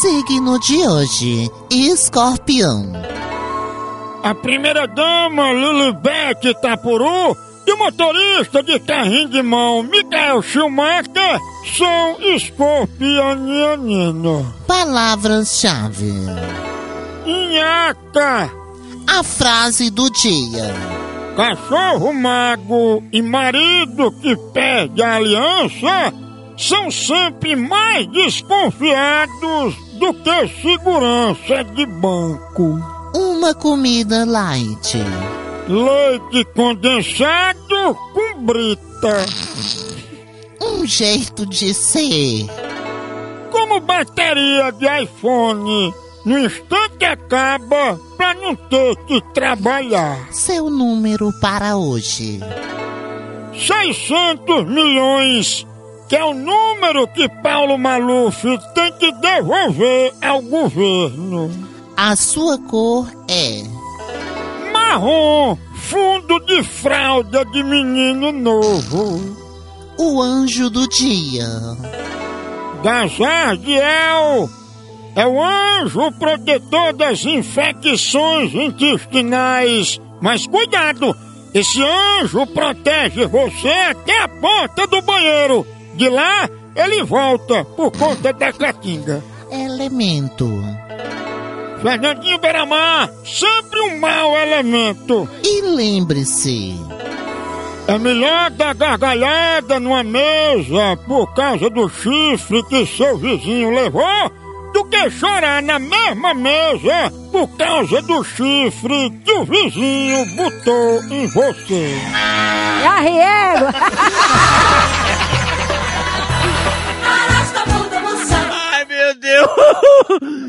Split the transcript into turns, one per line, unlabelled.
signo de hoje, escorpião.
A primeira dama, Lulubete Tapuru, e o motorista de carrinho de mão, Miguel Schumacher, são escorpionianos.
Palavras-chave.
Inhata,
A frase do dia.
cachorro mago e marido que perde a aliança são sempre mais desconfiados do que segurança de banco.
Uma comida light.
Leite condensado com brita.
Um jeito de ser.
Como bateria de iPhone, no instante acaba pra não ter que trabalhar.
Seu número para hoje.
600 milhões, que é o número que Paulo Maluf tem que devolver ao governo.
A sua cor é.
Marrom, fundo de fralda de menino novo.
O anjo do dia.
Gazardiel é o anjo protetor das infecções intestinais. Mas cuidado, esse anjo protege você até a porta do banheiro. De lá, ele volta por conta da catinga.
Elemento.
Fernandinho Beiramar, sempre um mau elemento.
E lembre-se:
É melhor dar gargalhada numa mesa por causa do chifre que seu vizinho levou do que chorar na mesma mesa por causa do chifre que o vizinho botou em você.
Arriego!
Arrasta a bunda, moçada.
Ai, meu Deus!